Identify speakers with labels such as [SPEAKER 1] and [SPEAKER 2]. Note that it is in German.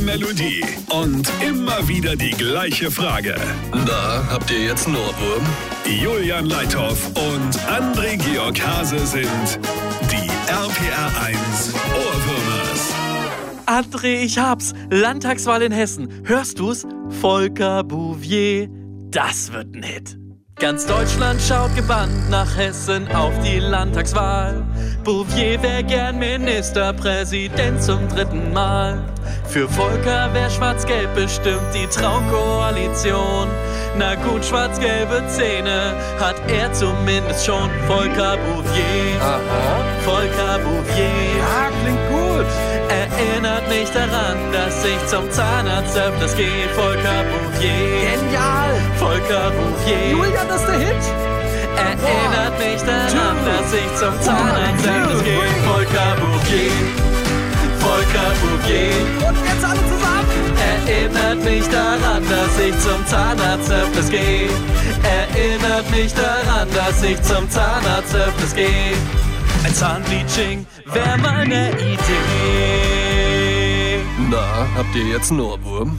[SPEAKER 1] Melodie und immer wieder die gleiche Frage.
[SPEAKER 2] Na, habt ihr jetzt einen Ohrwurm?
[SPEAKER 1] Julian Leithoff und André Georg Hase sind die RPR1 Ohrwürmers.
[SPEAKER 3] André, ich hab's. Landtagswahl in Hessen. Hörst du's? Volker Bouvier, das wird ein Hit. Ganz Deutschland schaut gebannt nach Hessen auf die Landtagswahl. Bouvier wär gern Ministerpräsident zum dritten Mal. Für Volker wär Schwarz-Gelb bestimmt die Traumkoalition. Na gut, schwarz-gelbe Zähne hat er zumindest schon. Volker Bouvier, Volker Bouvier.
[SPEAKER 4] Ah, klingt gut.
[SPEAKER 3] Erinnert mich daran, dass ich zum Zahnarzt öfters gehe. Volker Bouvier,
[SPEAKER 4] Genial.
[SPEAKER 3] Volker Bouvier.
[SPEAKER 4] Julian, das ist der Hit.
[SPEAKER 3] Erinnert mich daran, dass ich zum Zahnarzt
[SPEAKER 4] One,
[SPEAKER 3] öfters
[SPEAKER 4] two,
[SPEAKER 3] gehe.
[SPEAKER 4] three.
[SPEAKER 3] Volker Bouvier, Volker Bouvier.
[SPEAKER 4] Und jetzt alle zusammen.
[SPEAKER 3] Erinnert mich daran, dass ich zum Zahnarzt öfters gehe. Erinnert mich daran, dass ich zum Zahnarzt öfters gehe. Ein Zahnbleaching wäre meine Idee.
[SPEAKER 2] Na, habt ihr jetzt einen Ohrwurm?